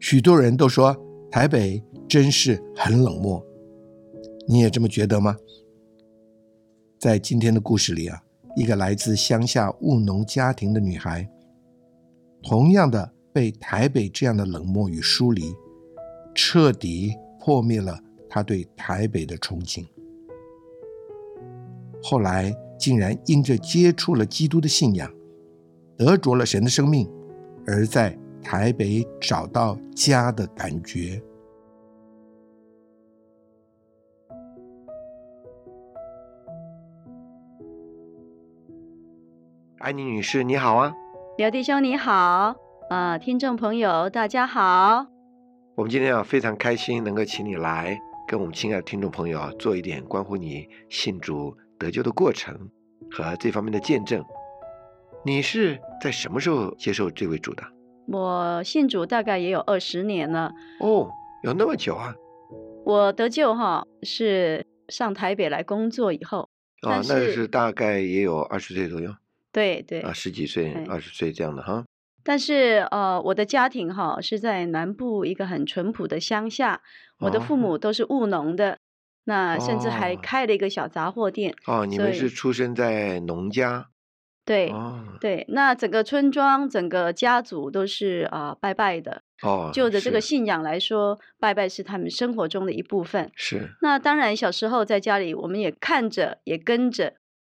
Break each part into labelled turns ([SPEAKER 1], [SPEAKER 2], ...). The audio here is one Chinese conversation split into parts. [SPEAKER 1] 许多人都说台北真是很冷漠，你也这么觉得吗？在今天的故事里啊，一个来自乡下务农家庭的女孩，同样的被台北这样的冷漠与疏离，彻底破灭了她对台北的憧憬。后来竟然因着接触了基督的信仰，得着了神的生命，而在台北找到家的感觉。安妮女士，你好啊！
[SPEAKER 2] 刘弟兄你好，呃，听众朋友大家好，
[SPEAKER 1] 我们今天啊非常开心能够请你来跟我们亲爱的听众朋友啊做一点关乎你信主得救的过程和这方面的见证。你是在什么时候接受这位主的？
[SPEAKER 2] 我信主大概也有二十年了，
[SPEAKER 1] 哦，有那么久啊！
[SPEAKER 2] 我得救哈是上台北来工作以后，
[SPEAKER 1] 啊，
[SPEAKER 2] 但
[SPEAKER 1] 那
[SPEAKER 2] 是
[SPEAKER 1] 是大概也有二十岁左右
[SPEAKER 2] 对对，
[SPEAKER 1] 啊，十几岁、
[SPEAKER 2] 哎
[SPEAKER 1] 二十岁这样的哈。
[SPEAKER 2] 但是呃，我的家庭哈是在南部一个很淳朴的乡下，我的父
[SPEAKER 1] 哦
[SPEAKER 2] 母都是务农的，那甚至还
[SPEAKER 1] 哦
[SPEAKER 2] 开了一个小杂货店，
[SPEAKER 1] 哦，你们
[SPEAKER 2] 所以
[SPEAKER 1] 是出生在农家
[SPEAKER 2] 对。
[SPEAKER 1] 哦
[SPEAKER 2] 对，那整个村庄、整个家族都是啊、呃拜拜的。
[SPEAKER 1] 哦，
[SPEAKER 2] 就着这个
[SPEAKER 1] 是
[SPEAKER 2] 信仰来说，拜拜是他们生活中的一部分。
[SPEAKER 1] 是
[SPEAKER 2] 那当然，小时候在家里我们也看着，也跟着，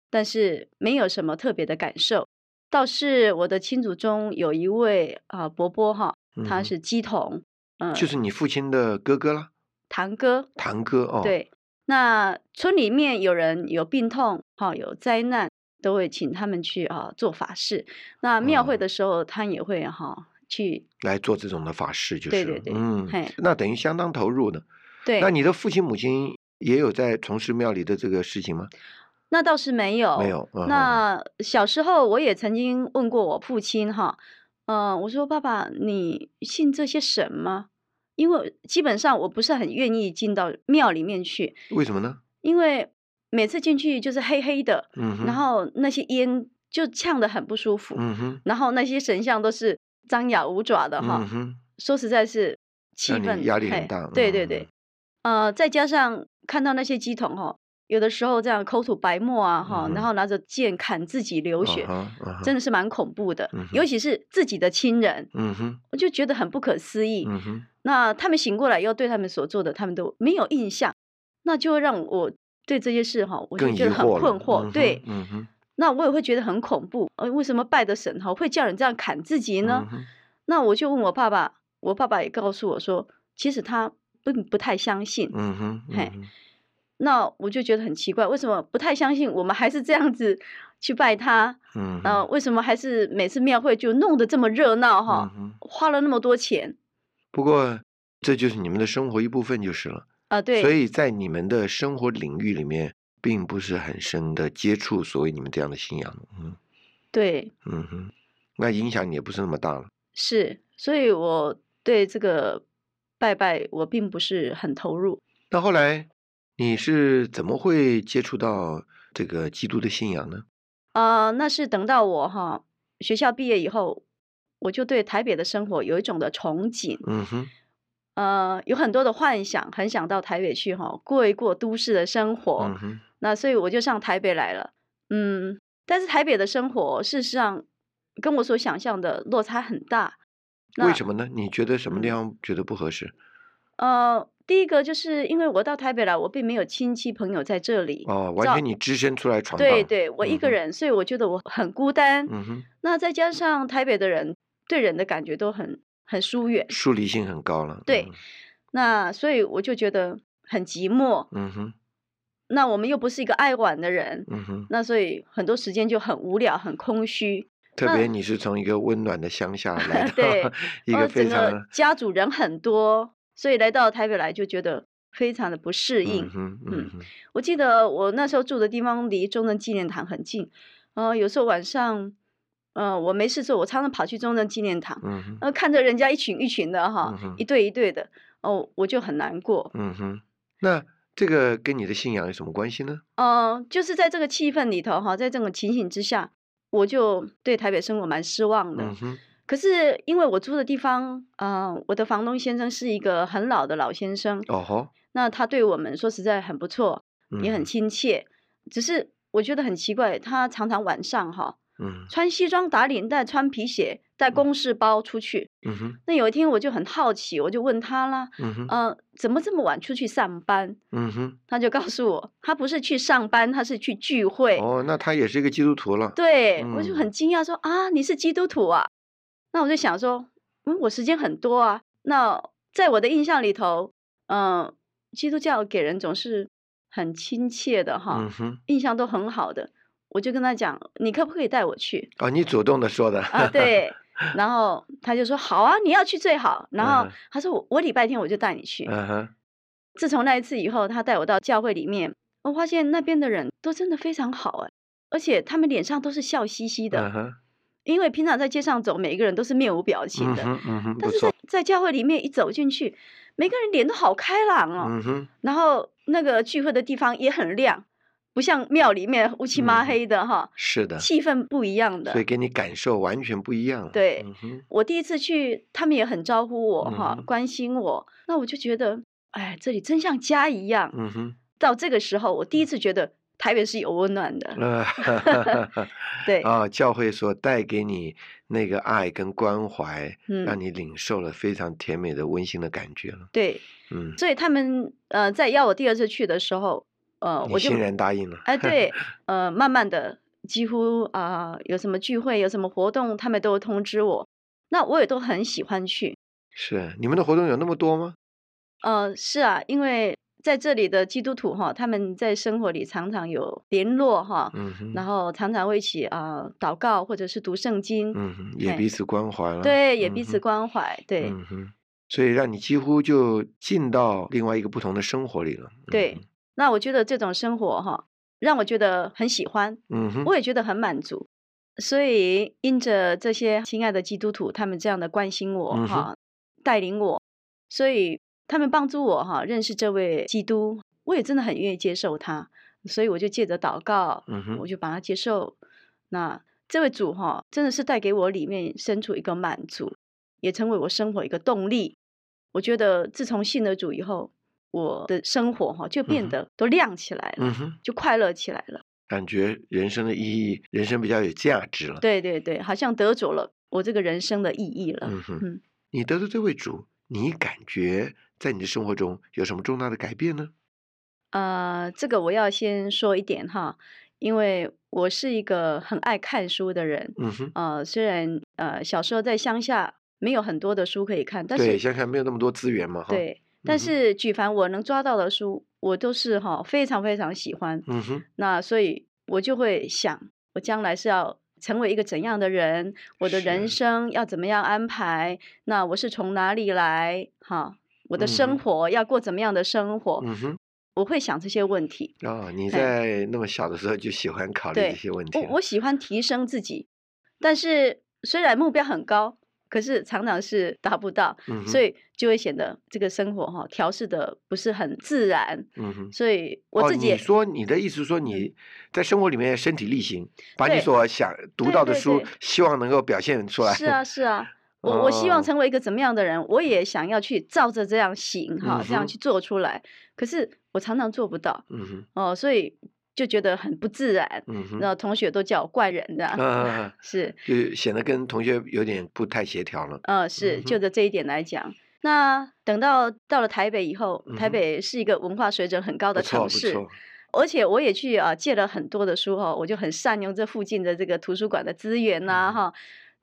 [SPEAKER 2] 但是没有什么特别的感受。倒是我的亲族中有一位啊、伯伯哈，他
[SPEAKER 1] 嗯
[SPEAKER 2] 是鸡童，嗯、
[SPEAKER 1] 就是你父亲的哥哥啦，
[SPEAKER 2] 堂哥，
[SPEAKER 1] 堂哥哦，，
[SPEAKER 2] 对。那村里面有人有病痛，哈、有灾难，都会请他们去啊、做法事。那庙会
[SPEAKER 1] 哦
[SPEAKER 2] 的时候，他也会哈、去，
[SPEAKER 1] 来做这种的法事就是
[SPEAKER 2] 对
[SPEAKER 1] 了，
[SPEAKER 2] 对对
[SPEAKER 1] 嗯
[SPEAKER 2] 嘿，
[SPEAKER 1] 那等于相当投入的。
[SPEAKER 2] 对。
[SPEAKER 1] 那你的父亲母亲也有在从事庙里的这个事情吗？
[SPEAKER 2] 那倒是没有，
[SPEAKER 1] 没有，嗯
[SPEAKER 2] 那小时候我也曾经问过我父亲哈，嗯、我说爸爸，你信这些神吗？因为基本上我不是很愿意进到庙里面去，
[SPEAKER 1] 为什么呢？
[SPEAKER 2] 因为每次进去就是黑黑的，
[SPEAKER 1] 嗯哼，
[SPEAKER 2] 然后那些烟就呛得很不舒服，
[SPEAKER 1] 嗯哼，
[SPEAKER 2] 然后那些神像都是张牙舞爪的哈，
[SPEAKER 1] 嗯哼，
[SPEAKER 2] 说实在是气
[SPEAKER 1] 让你
[SPEAKER 2] 氛
[SPEAKER 1] 压力很
[SPEAKER 2] 嘿
[SPEAKER 1] 大
[SPEAKER 2] 对对
[SPEAKER 1] 嗯
[SPEAKER 2] 对，呃，再加上看到那些鸡桶哦，有的时候这样口吐白沫啊哈，
[SPEAKER 1] 嗯哼
[SPEAKER 2] 然后拿着剑砍自己流血，
[SPEAKER 1] 啊哈，啊哈
[SPEAKER 2] 真的是蛮恐怖的。
[SPEAKER 1] 嗯哼
[SPEAKER 2] 尤其是自己的亲人，
[SPEAKER 1] 嗯哼，
[SPEAKER 2] 我就觉得很不可思议。
[SPEAKER 1] 嗯哼，
[SPEAKER 2] 那他们醒过来以后，对他们所做的，他们都没有印象，那就会让我对这些事哈，我就
[SPEAKER 1] 更疑
[SPEAKER 2] 觉得很
[SPEAKER 1] 惑了
[SPEAKER 2] 困惑。
[SPEAKER 1] 嗯哼
[SPEAKER 2] 对，
[SPEAKER 1] 嗯哼，
[SPEAKER 2] 那我也会觉得很恐怖。呃，为什么拜的神哈会叫人这样砍自己呢？
[SPEAKER 1] 嗯哼
[SPEAKER 2] 那我就问我爸爸，我爸爸也告诉我说，其实他并不太相信。
[SPEAKER 1] 嗯哼，嗯
[SPEAKER 2] 嘿
[SPEAKER 1] 哼
[SPEAKER 2] 那我就觉得很奇怪，为什么不太相信？我们还是这样子去拜他，
[SPEAKER 1] 嗯
[SPEAKER 2] 呃，
[SPEAKER 1] 哼，
[SPEAKER 2] 为什么还是每次庙会就弄得这么热闹哈？
[SPEAKER 1] 嗯哼
[SPEAKER 2] 花了那么多钱
[SPEAKER 1] 不过这就是你们的生活一部分就是了。
[SPEAKER 2] 啊、对，
[SPEAKER 1] 所以在你们的生活领域里面，并不是很深的接触所谓你们这样的信仰。嗯
[SPEAKER 2] 对
[SPEAKER 1] 嗯哼，那影响也不是那么大了。
[SPEAKER 2] 是，所以我对这个拜拜我并不是很投入。
[SPEAKER 1] 那后来你是怎么会接触到这个基督的信仰呢？
[SPEAKER 2] 啊，那是等到我哈学校毕业以后，我就对台北的生活有一种的憧憬，
[SPEAKER 1] 嗯哼，
[SPEAKER 2] 呃，有很多的幻想，很想到台北去哈过一过都市的生活。
[SPEAKER 1] 嗯哼，
[SPEAKER 2] 那所以我就上台北来了，嗯，但是台北的生活事实上跟我所想象的落差很大。
[SPEAKER 1] 为
[SPEAKER 2] 那
[SPEAKER 1] 什么呢？你觉得什么地
[SPEAKER 2] 嗯
[SPEAKER 1] 方觉得不合适？
[SPEAKER 2] 呃，第一个就是因为我到台北来，我并没有亲戚朋友在这里，
[SPEAKER 1] 哦，完全你只身出来闯荡。
[SPEAKER 2] 对对，我一个
[SPEAKER 1] 嗯哼
[SPEAKER 2] 人，所以我觉得我很孤单。
[SPEAKER 1] 嗯哼，
[SPEAKER 2] 那再加上台北的人对人的感觉都很很疏远，
[SPEAKER 1] 疏离性很高了。
[SPEAKER 2] 对那所以我就觉得很寂寞。
[SPEAKER 1] 嗯，嗯哼，
[SPEAKER 2] 那我们又不是一个爱玩的人，
[SPEAKER 1] 嗯哼，
[SPEAKER 2] 那所以很多时间就很无聊、很 空虚。
[SPEAKER 1] 特别你是从一个温暖的乡 下来
[SPEAKER 2] 对
[SPEAKER 1] 到一
[SPEAKER 2] 然后
[SPEAKER 1] 个非
[SPEAKER 2] 哦整
[SPEAKER 1] 常
[SPEAKER 2] 个家族人很多，所以来到台北来就觉得非常的不适应。
[SPEAKER 1] 嗯哼嗯哼
[SPEAKER 2] 我记得我那时候住的地方离中正纪念堂很近，呃，有时候晚上，呃，我没事做，我常常跑去中正纪念堂，
[SPEAKER 1] 嗯哼
[SPEAKER 2] 呃，看着人家一群一群的哈
[SPEAKER 1] 嗯，哼
[SPEAKER 2] 哦一对一对的，哦，我就很难过。
[SPEAKER 1] 嗯哼，那这个跟你的信仰有什么关系呢？
[SPEAKER 2] 嗯，就是在这个气氛里头哈，在这种情形之下，我就对台北生活蛮失望的。
[SPEAKER 1] 嗯哼
[SPEAKER 2] 可是因为我住的地方，呃，我的房东先生是一个很老的老先生，
[SPEAKER 1] 哦吼，
[SPEAKER 2] 那他对我们说实在很不错，也很
[SPEAKER 1] 嗯
[SPEAKER 2] 亲切。只是我觉得很奇怪，他常常晚上哈
[SPEAKER 1] 嗯
[SPEAKER 2] 穿西装打领带、穿皮鞋、带公事包出去。
[SPEAKER 1] 嗯哼
[SPEAKER 2] 那有一天我就很好奇，我就问他啦，
[SPEAKER 1] 嗯哼
[SPEAKER 2] 呃，怎么这么晚出去上班？
[SPEAKER 1] 嗯哼，
[SPEAKER 2] 他就告诉我，他不是去上班，他是去聚会。
[SPEAKER 1] 哦，那他也是一个基督徒了。
[SPEAKER 2] 对，我就
[SPEAKER 1] 嗯
[SPEAKER 2] 很惊讶说啊，你是基督徒啊？那我就想说，嗯，我时间很多啊。那在我的印象里头，嗯、基督教给人总是很亲切的哈，
[SPEAKER 1] 嗯哼，
[SPEAKER 2] 印象都很好的。我就跟他讲，你可不可以带我去
[SPEAKER 1] 哦，你主动的说的。
[SPEAKER 2] 啊？对。然后他就说好啊，你要去最好。然后
[SPEAKER 1] 嗯
[SPEAKER 2] 他说我我礼拜天我就带你去。
[SPEAKER 1] 嗯哼，
[SPEAKER 2] 自从那一次以后，他带我到教会里面，我发现那边的人都真的非常好哎，而且他们脸上都是笑嘻嘻的。
[SPEAKER 1] 嗯哼，
[SPEAKER 2] 因为平常在街上走，每一个人都是面无表情
[SPEAKER 1] 嗯
[SPEAKER 2] 的，
[SPEAKER 1] 哼，嗯哼，不
[SPEAKER 2] 但是在
[SPEAKER 1] 错。
[SPEAKER 2] 在教会里面一走进去，每个人脸都好开朗哦，
[SPEAKER 1] 嗯哼，
[SPEAKER 2] 然后那个聚会的地方也很亮，不像庙里面乌漆嘛
[SPEAKER 1] 嗯
[SPEAKER 2] 黑的哈，
[SPEAKER 1] 是的，
[SPEAKER 2] 气氛不一样
[SPEAKER 1] 所以
[SPEAKER 2] 的。
[SPEAKER 1] 给你感受完全不一样。
[SPEAKER 2] 对
[SPEAKER 1] 嗯哼，
[SPEAKER 2] 我第一次去，他们也很招呼我哈，
[SPEAKER 1] 嗯哼
[SPEAKER 2] 关心我，那我就觉得，哎，这里真像家一样。
[SPEAKER 1] 嗯哼，
[SPEAKER 2] 到这个时候，我第一次觉得台北是有温暖的，
[SPEAKER 1] 呃，哈哈哈
[SPEAKER 2] 对，
[SPEAKER 1] 啊，教会所带给你那个爱跟关怀，让
[SPEAKER 2] 嗯，
[SPEAKER 1] 你领受了非常甜美的温馨的感觉了。
[SPEAKER 2] 对，
[SPEAKER 1] 嗯，
[SPEAKER 2] 所以他们呃在邀我第二次去的时候，呃，
[SPEAKER 1] 你
[SPEAKER 2] 我就
[SPEAKER 1] 欣然答应了。
[SPEAKER 2] 哎， 对，呃，慢慢的，几乎啊、有什么聚会、有什么活动，他们都会通知我。那我也都很喜欢去。
[SPEAKER 1] 是，你
[SPEAKER 2] 嗯
[SPEAKER 1] 们的活动有那么多吗？
[SPEAKER 2] 呃，是啊，因为在这里的基督徒哈，他们在生活里常常有联络哈，
[SPEAKER 1] 嗯哼，
[SPEAKER 2] 然后常常会一起啊、祷告或者是读圣经，
[SPEAKER 1] 嗯哼，也
[SPEAKER 2] 哎
[SPEAKER 1] 彼此关怀了。
[SPEAKER 2] 对，也彼
[SPEAKER 1] 嗯
[SPEAKER 2] 此
[SPEAKER 1] 哼
[SPEAKER 2] 关怀，对、
[SPEAKER 1] 嗯哼，所以让你几乎就进到另外一个不同的生活里了。嗯
[SPEAKER 2] 对。那我觉得这种生活哈，让我觉得很喜欢，
[SPEAKER 1] 哼，嗯哼，
[SPEAKER 2] 我也觉得很满足。所以，因着这些亲爱的基督徒他们这样的关心我
[SPEAKER 1] 嗯哼
[SPEAKER 2] 哈、带领我，所以他们帮助我哈、认识这位基督，我也真的很愿意接受他。所以我就借着祷告，
[SPEAKER 1] 嗯
[SPEAKER 2] 我
[SPEAKER 1] 哼，
[SPEAKER 2] 就把他接受。那这位主哈、真的是带给我里面深处一个满足，也成为我生活一个动力。我觉得自从信了主以后，我的生活哈、就
[SPEAKER 1] 嗯
[SPEAKER 2] 变
[SPEAKER 1] 哼
[SPEAKER 2] 得都亮起来了，
[SPEAKER 1] 嗯哼，
[SPEAKER 2] 就快乐起来了。
[SPEAKER 1] 感觉人生的意义，人生比较有价值了。
[SPEAKER 2] 对对对，好像得着了我这个人生的意义了。
[SPEAKER 1] 嗯哼，
[SPEAKER 2] 嗯
[SPEAKER 1] 你得到这位主，你感觉在你的生活中有什么重大的改变呢？
[SPEAKER 2] 呃，这个我要先说一点哈，因为我是一个很爱看书的人。
[SPEAKER 1] 嗯哼，
[SPEAKER 2] 呃，虽然呃小时候在乡下没有很多的书可以看，但
[SPEAKER 1] 对，
[SPEAKER 2] 是
[SPEAKER 1] 想想没有那么多资源嘛，哈。，
[SPEAKER 2] 对，
[SPEAKER 1] 嗯哼
[SPEAKER 2] 但是举凡我能抓到的书，我都是哈非常非常喜欢。
[SPEAKER 1] 嗯哼，
[SPEAKER 2] 那所以我就会想，我将来是要成为一个怎样的人？我的人
[SPEAKER 1] 是
[SPEAKER 2] 生要怎么样安排？那我是从哪里来？哈，我的
[SPEAKER 1] 嗯哼
[SPEAKER 2] 生活要过怎么样的生活？
[SPEAKER 1] 嗯哼，
[SPEAKER 2] 我会想这些问题。
[SPEAKER 1] 啊、你
[SPEAKER 2] 哎
[SPEAKER 1] 在那么小的时候就喜欢考虑
[SPEAKER 2] 对
[SPEAKER 1] 这些问题啊
[SPEAKER 2] 我
[SPEAKER 1] 了，
[SPEAKER 2] 我喜欢提升自己，但是虽然目标很高，可是常常是达不到，
[SPEAKER 1] 嗯哼，
[SPEAKER 2] 所，以就会显得这个生活哈、调试的不是很自然。
[SPEAKER 1] 嗯哼。
[SPEAKER 2] 所以我
[SPEAKER 1] 哦，
[SPEAKER 2] 自己
[SPEAKER 1] 你
[SPEAKER 2] 也、嗯
[SPEAKER 1] 说你的意思是说你在生活里面身体力行，把你
[SPEAKER 2] 对
[SPEAKER 1] 所想读
[SPEAKER 2] 对
[SPEAKER 1] 到的
[SPEAKER 2] 对
[SPEAKER 1] 书
[SPEAKER 2] 对，
[SPEAKER 1] 希望能够表现出来。
[SPEAKER 2] 是啊，是 啊，我我希望
[SPEAKER 1] 哦
[SPEAKER 2] 成为一个怎么样的人，我也想要去照着这样行哈，
[SPEAKER 1] 嗯
[SPEAKER 2] 这
[SPEAKER 1] 哼
[SPEAKER 2] 样去做出来。可是我常常做不到
[SPEAKER 1] 嗯哼，
[SPEAKER 2] 哦，所以就觉得很不自然。
[SPEAKER 1] 嗯哼，
[SPEAKER 2] 然后同学都叫我怪人的，
[SPEAKER 1] 啊，
[SPEAKER 2] 是，
[SPEAKER 1] 就显得跟同学有点不太协调了。
[SPEAKER 2] 呃，是，
[SPEAKER 1] 嗯
[SPEAKER 2] 就
[SPEAKER 1] 哼
[SPEAKER 2] 着这一点来讲。那等到到了台北以后，台
[SPEAKER 1] 嗯哼
[SPEAKER 2] 北是一个文化水准很高
[SPEAKER 1] 不
[SPEAKER 2] 的
[SPEAKER 1] 错，
[SPEAKER 2] 城
[SPEAKER 1] 不
[SPEAKER 2] 市，
[SPEAKER 1] 错。
[SPEAKER 2] 而且我也去啊借了很多的书哈、我就很善用这附近的这个图书馆的资源呐、
[SPEAKER 1] 嗯
[SPEAKER 2] 哈、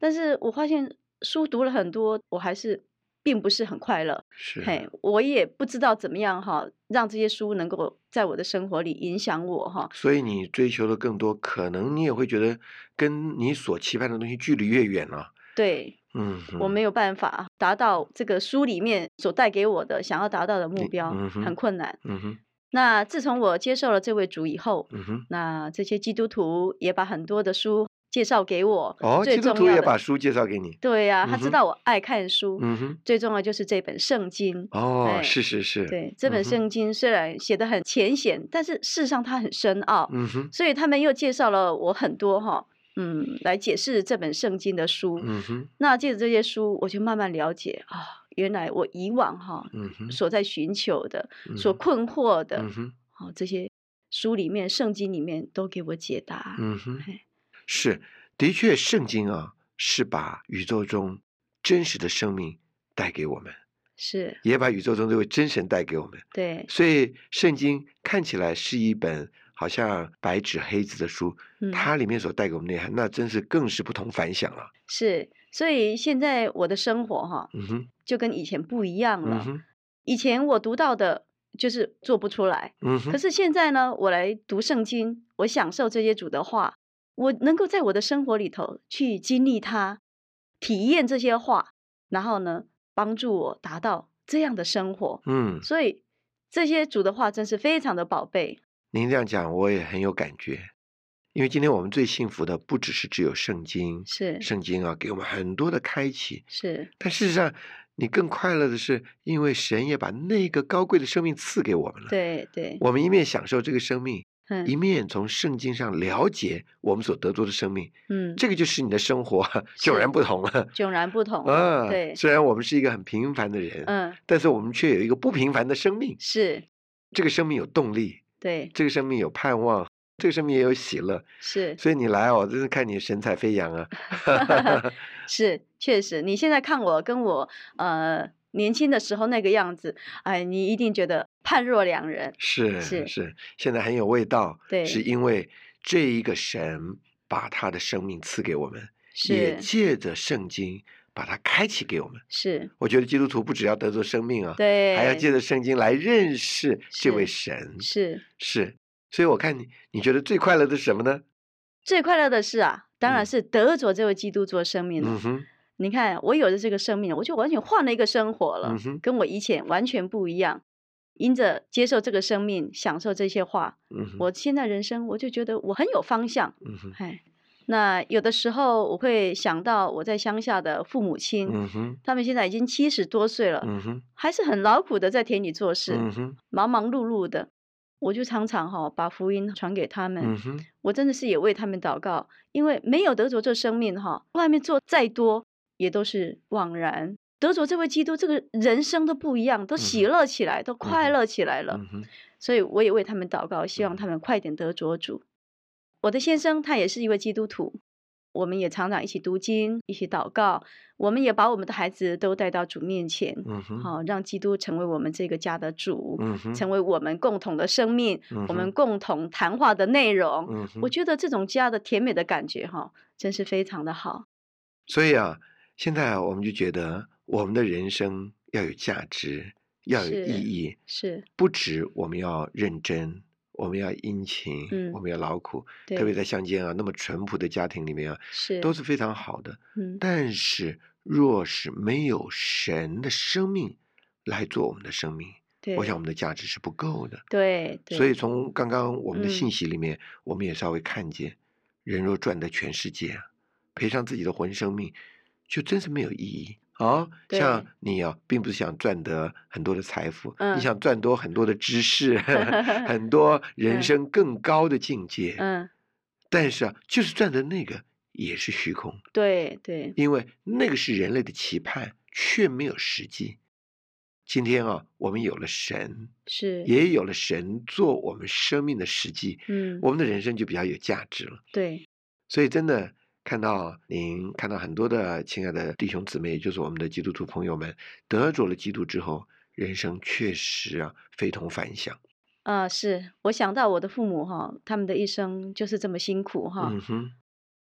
[SPEAKER 2] 但是我发现书读了很多，我还是并不是很快乐。
[SPEAKER 1] 是
[SPEAKER 2] 嘿，我也不知道怎么样哈，让这些书能够在我的生活里影响我哈。
[SPEAKER 1] 所以你追求的更多，可能你也会觉得跟你所期盼的东西距离越远了、啊
[SPEAKER 2] 对
[SPEAKER 1] 嗯哼，
[SPEAKER 2] 我没有办法达到这个书里面所带给我的想要达到的目
[SPEAKER 1] 你
[SPEAKER 2] 标，
[SPEAKER 1] 嗯哼
[SPEAKER 2] 很困难。
[SPEAKER 1] 嗯哼，
[SPEAKER 2] 那自从我接受了这位主以后，
[SPEAKER 1] 嗯哼，
[SPEAKER 2] 那这些基督徒也把很多的书介绍给我。
[SPEAKER 1] 哦，
[SPEAKER 2] 最
[SPEAKER 1] 基督
[SPEAKER 2] 重
[SPEAKER 1] 徒
[SPEAKER 2] 要
[SPEAKER 1] 也
[SPEAKER 2] 的
[SPEAKER 1] 把书介绍给你，
[SPEAKER 2] 对呀、他
[SPEAKER 1] 嗯哼
[SPEAKER 2] 知道我爱看书，
[SPEAKER 1] 嗯哼，
[SPEAKER 2] 最重要就是这本圣经。
[SPEAKER 1] 哦，
[SPEAKER 2] 哎
[SPEAKER 1] 是是是，，
[SPEAKER 2] 对，这
[SPEAKER 1] 嗯
[SPEAKER 2] 本
[SPEAKER 1] 哼
[SPEAKER 2] 圣经虽然写的很浅显，但是事实上它很深奥，
[SPEAKER 1] 嗯哼，
[SPEAKER 2] 所以他们又介绍了我很多哈，嗯，来解释这本圣经的书。
[SPEAKER 1] 嗯哼，
[SPEAKER 2] 那借着这些书，我就慢慢了解啊，原来我以往哈
[SPEAKER 1] 嗯哼，
[SPEAKER 2] 所在寻求的、
[SPEAKER 1] 嗯
[SPEAKER 2] 所
[SPEAKER 1] 哼
[SPEAKER 2] 困惑的
[SPEAKER 1] 嗯哼，
[SPEAKER 2] 啊，这些书里面、圣经里面都给我解答。
[SPEAKER 1] 嗯哼
[SPEAKER 2] 嘿，
[SPEAKER 1] 是，的确，圣经啊，是把宇宙中真实的生命带给我们，
[SPEAKER 2] 是
[SPEAKER 1] 也把宇宙中这位真神带给我们。
[SPEAKER 2] 对，
[SPEAKER 1] 所以，圣经看起来是一本好像白纸黑字的书，
[SPEAKER 2] 嗯，
[SPEAKER 1] 它里面所带给我们的内涵，那真是更是不同凡响了。
[SPEAKER 2] 是，所以现在我的生活哈
[SPEAKER 1] 嗯哼，
[SPEAKER 2] 就跟以前不一样了。
[SPEAKER 1] 嗯哼，
[SPEAKER 2] 以前我读到的就是做不出来，
[SPEAKER 1] 嗯
[SPEAKER 2] 可
[SPEAKER 1] 哼，
[SPEAKER 2] 是现在呢，我来读圣经，我享受这些主的话，我能够在我的生活里头去经历它，体验这些话，然后呢，帮助我达到这样的生活。
[SPEAKER 1] 嗯，
[SPEAKER 2] 所以这些主的话真是非常的宝贝。
[SPEAKER 1] 您这样讲我也很有感觉，因为今天我们最幸福的不只是只有圣经，
[SPEAKER 2] 是
[SPEAKER 1] 圣经啊给我们很多的开启，
[SPEAKER 2] 是，
[SPEAKER 1] 但事实上，你更快乐的是，因为神也把那个高贵的生命赐给我们了。，
[SPEAKER 2] 对对，
[SPEAKER 1] 我们一面享受这个生命，一
[SPEAKER 2] 嗯
[SPEAKER 1] 面从圣经上了解我们所得着的生命，
[SPEAKER 2] 嗯，
[SPEAKER 1] 这个就使你的生活迥然
[SPEAKER 2] 是
[SPEAKER 1] 不同了。
[SPEAKER 2] 迥然不同了。
[SPEAKER 1] 啊，
[SPEAKER 2] 对，
[SPEAKER 1] 虽然我们是一个很平凡的人，
[SPEAKER 2] 嗯，
[SPEAKER 1] 但是我们却有一个不平凡的生命。
[SPEAKER 2] 是，
[SPEAKER 1] 这个生命有动力，
[SPEAKER 2] 对，
[SPEAKER 1] 这个生命有盼望，这个生命也有喜乐。
[SPEAKER 2] 是
[SPEAKER 1] 所以你来哦，真是看你神采飞扬 啊！
[SPEAKER 2] 是，确实，你现在看我跟我呃年轻的时候那个样子，哎，你一定觉得判若两人。
[SPEAKER 1] 是
[SPEAKER 2] 是
[SPEAKER 1] 是，现在很有味道，
[SPEAKER 2] 对
[SPEAKER 1] 是因为这一个神把他的生命赐给我们，也
[SPEAKER 2] 是
[SPEAKER 1] 借着圣经把它开启给我们。
[SPEAKER 2] 是，
[SPEAKER 1] 我觉得基督徒不只要得着生命啊，
[SPEAKER 2] 对，
[SPEAKER 1] 还要借着圣经来认识这位神。
[SPEAKER 2] 是
[SPEAKER 1] 是所以我看你，你觉得最快乐的是什么呢？
[SPEAKER 2] 最快乐的事啊，当
[SPEAKER 1] 嗯
[SPEAKER 2] 然是得着这位基督做生命了。
[SPEAKER 1] 嗯哼，
[SPEAKER 2] 你看，我有了这个生命，我就完全换了一个生活了，
[SPEAKER 1] 嗯哼
[SPEAKER 2] 跟我以前完全不一样。因着接受这个生命，享受这些话，
[SPEAKER 1] 嗯哼，
[SPEAKER 2] 我现在人生我就觉得我很有方向。
[SPEAKER 1] 嗯哼，
[SPEAKER 2] 哎，那有的时候我会想到我在乡下的父母亲，
[SPEAKER 1] 嗯哼，
[SPEAKER 2] 他们现在已经七十多岁了，
[SPEAKER 1] 嗯哼，
[SPEAKER 2] 还是很劳苦的在田里做事，
[SPEAKER 1] 嗯哼，
[SPEAKER 2] 忙忙碌碌的。我就常常哈、把福音传给他们，
[SPEAKER 1] 嗯哼，
[SPEAKER 2] 我真的是也为他们祷告，因为没有得着这生命哈、外面做再多也都是枉然。得着这位基督，这个人生都不一样，都喜
[SPEAKER 1] 嗯
[SPEAKER 2] 乐起来，都快
[SPEAKER 1] 嗯哼
[SPEAKER 2] 乐起来了。
[SPEAKER 1] 嗯哼，
[SPEAKER 2] 所以我也为他们祷告，希
[SPEAKER 1] 嗯
[SPEAKER 2] 望他们快点得着主。我的先生他也是一位基督徒，我们也常常一起读经，一起祷告，我们也把我们的孩子都带到主面前，
[SPEAKER 1] 嗯哼，
[SPEAKER 2] 好、让基督成为我们这个家的主，
[SPEAKER 1] 嗯哼，
[SPEAKER 2] 成为我们共同的生命，我
[SPEAKER 1] 嗯哼
[SPEAKER 2] 们共同谈话的内容。
[SPEAKER 1] 嗯哼
[SPEAKER 2] 我觉得这种家的甜美的感觉哈、真是非常的好。
[SPEAKER 1] 所以啊，现在啊，我们就觉得我们的人生要有价值，要有
[SPEAKER 2] 是
[SPEAKER 1] 意义，
[SPEAKER 2] 是
[SPEAKER 1] 不止我们要认真，我们要殷勤，
[SPEAKER 2] 嗯
[SPEAKER 1] 我们要劳苦。
[SPEAKER 2] 对，
[SPEAKER 1] 特别在乡间啊，那么淳朴的家庭里面啊，
[SPEAKER 2] 是
[SPEAKER 1] 都是非常好的。
[SPEAKER 2] 嗯
[SPEAKER 1] 但是，若是没有神的生命来做我们的生命，
[SPEAKER 2] 对，
[SPEAKER 1] 我想我们的价值是不够的。
[SPEAKER 2] 对对，
[SPEAKER 1] 所以，从刚刚我们的
[SPEAKER 2] 嗯
[SPEAKER 1] 信息里面，我们也稍微看见，人若赚得全世界啊，赔上自己的魂生命，就真是没有意义啊。
[SPEAKER 2] 对
[SPEAKER 1] 像你啊，并不是想赚得很多的财富，
[SPEAKER 2] 嗯
[SPEAKER 1] 你想赚多很多的知识， 很 多人
[SPEAKER 2] 嗯
[SPEAKER 1] 生更高的境界。
[SPEAKER 2] 嗯
[SPEAKER 1] 但是啊，就是赚的那个也是虚空，
[SPEAKER 2] 对对
[SPEAKER 1] 因为那个是人类的期盼，却没有实际。今天啊，我们有了神，
[SPEAKER 2] 是
[SPEAKER 1] 也有了神做我们生命的实际，
[SPEAKER 2] 嗯
[SPEAKER 1] 我们的人生就比较有价值了。
[SPEAKER 2] 对
[SPEAKER 1] 所以真的看到您，看到很多的亲爱的弟兄姊妹，也就是我们的基督徒朋友们，得着了基督之后，人生确实啊非同凡响。
[SPEAKER 2] 啊、啊
[SPEAKER 1] 嗯
[SPEAKER 2] 是我想到我的父母哈、他们的一生就是这么辛苦哈、
[SPEAKER 1] 嗯哼，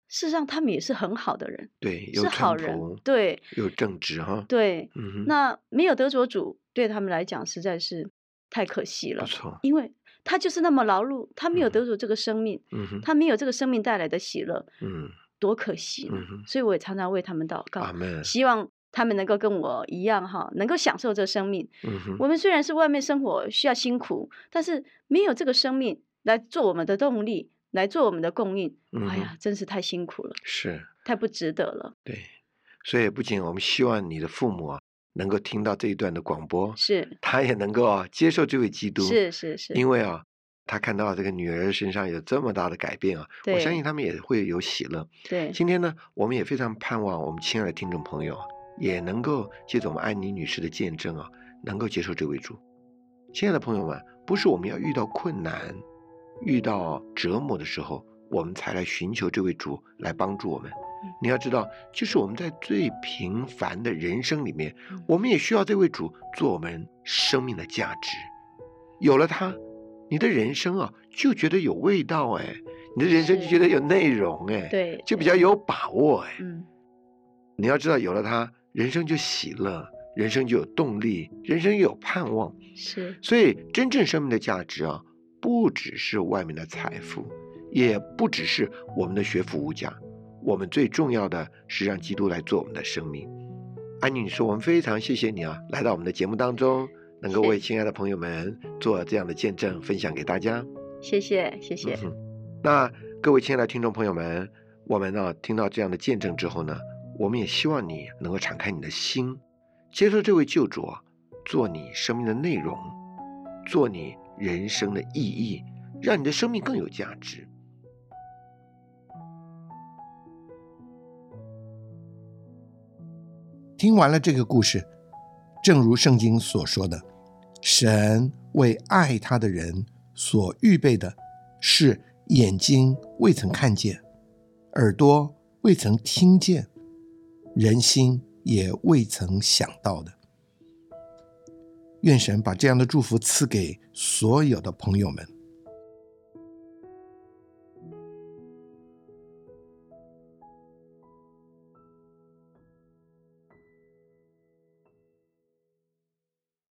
[SPEAKER 2] 事实上他们也是很好的人，
[SPEAKER 1] 对，有
[SPEAKER 2] 是好
[SPEAKER 1] 传
[SPEAKER 2] 人
[SPEAKER 1] 统，，
[SPEAKER 2] 对
[SPEAKER 1] 有正直哈。
[SPEAKER 2] 对。
[SPEAKER 1] 嗯哼，
[SPEAKER 2] 那没有得着主，对他们来讲实在是太可惜
[SPEAKER 1] 不
[SPEAKER 2] 了，
[SPEAKER 1] 错。
[SPEAKER 2] 因为他就是那么劳碌，他没有
[SPEAKER 1] 嗯
[SPEAKER 2] 得着这个生命，
[SPEAKER 1] 嗯哼，
[SPEAKER 2] 他没有这个生命带来的喜乐，
[SPEAKER 1] 嗯
[SPEAKER 2] 多可惜呢。
[SPEAKER 1] 嗯哼，
[SPEAKER 2] 所以我也常常为他们祷告，
[SPEAKER 1] 阿门。
[SPEAKER 2] 希望他们能够跟我一样哈，能够享受这生命。
[SPEAKER 1] 嗯哼，
[SPEAKER 2] 我们虽然是外面生活需要辛苦，但是没有这个生命来做我们的动力，来做我们的供应，
[SPEAKER 1] 嗯
[SPEAKER 2] 哎
[SPEAKER 1] 哼
[SPEAKER 2] 呀，真是太辛苦了，
[SPEAKER 1] 是
[SPEAKER 2] 太不值得了。
[SPEAKER 1] 对。所以不仅我们希望你的父母啊能够听到这一段的广播，
[SPEAKER 2] 是
[SPEAKER 1] 他也能够啊接受这位基督，
[SPEAKER 2] 是是是，
[SPEAKER 1] 因为啊他看到这个女儿身上有这么大的改变啊，我相
[SPEAKER 2] 对
[SPEAKER 1] 信他们也会有喜乐。
[SPEAKER 2] 对
[SPEAKER 1] 今天呢，我们也非常盼望我们亲爱的听众朋友啊也能够借着我们安妮女士的见证啊，能够接受这位主。亲爱的朋友们，不是我们要遇到困难、遇到折磨的时候，我们才来寻求这位主来帮助我们
[SPEAKER 2] 嗯。
[SPEAKER 1] 你要知道，就是我们在最平凡的人生里面
[SPEAKER 2] 嗯，
[SPEAKER 1] 我们也需要这位主做我们生命的价值。有了他，你的人生啊就觉得有味道哎，你的人生就是觉得有内容哎。
[SPEAKER 2] 对，
[SPEAKER 1] 就比
[SPEAKER 2] 对
[SPEAKER 1] 较有把握哎。
[SPEAKER 2] 嗯
[SPEAKER 1] 你要知道，有了它，人生就喜乐，人生就有动力，人生有盼望。
[SPEAKER 2] 是
[SPEAKER 1] 所以，真正生命的价值啊，不只是外面的财富，也不只是我们的学府无价，我们最重要的是让基督来做我们的生命。安妮，你说我们非常谢谢你啊，来到我们的节目当中，能够
[SPEAKER 2] 是
[SPEAKER 1] 为亲爱的朋友们做这样的见证，分享给大家。
[SPEAKER 2] 谢谢谢谢
[SPEAKER 1] 嗯，哼，那各位亲爱的听众朋友们，我们呢、听到这样的见证之后呢，我们也希望你能够敞开你的心，接受这位救主啊，做你生命的内容，做你人生的意义，让你的生命更有价值。
[SPEAKER 3] 听完了这个故事，正如圣经所说的，神为爱他的人所预备的是眼睛未曾看见，耳朵未曾听见，人心也未曾想到的。愿神把这样的祝福赐给所有的朋友们。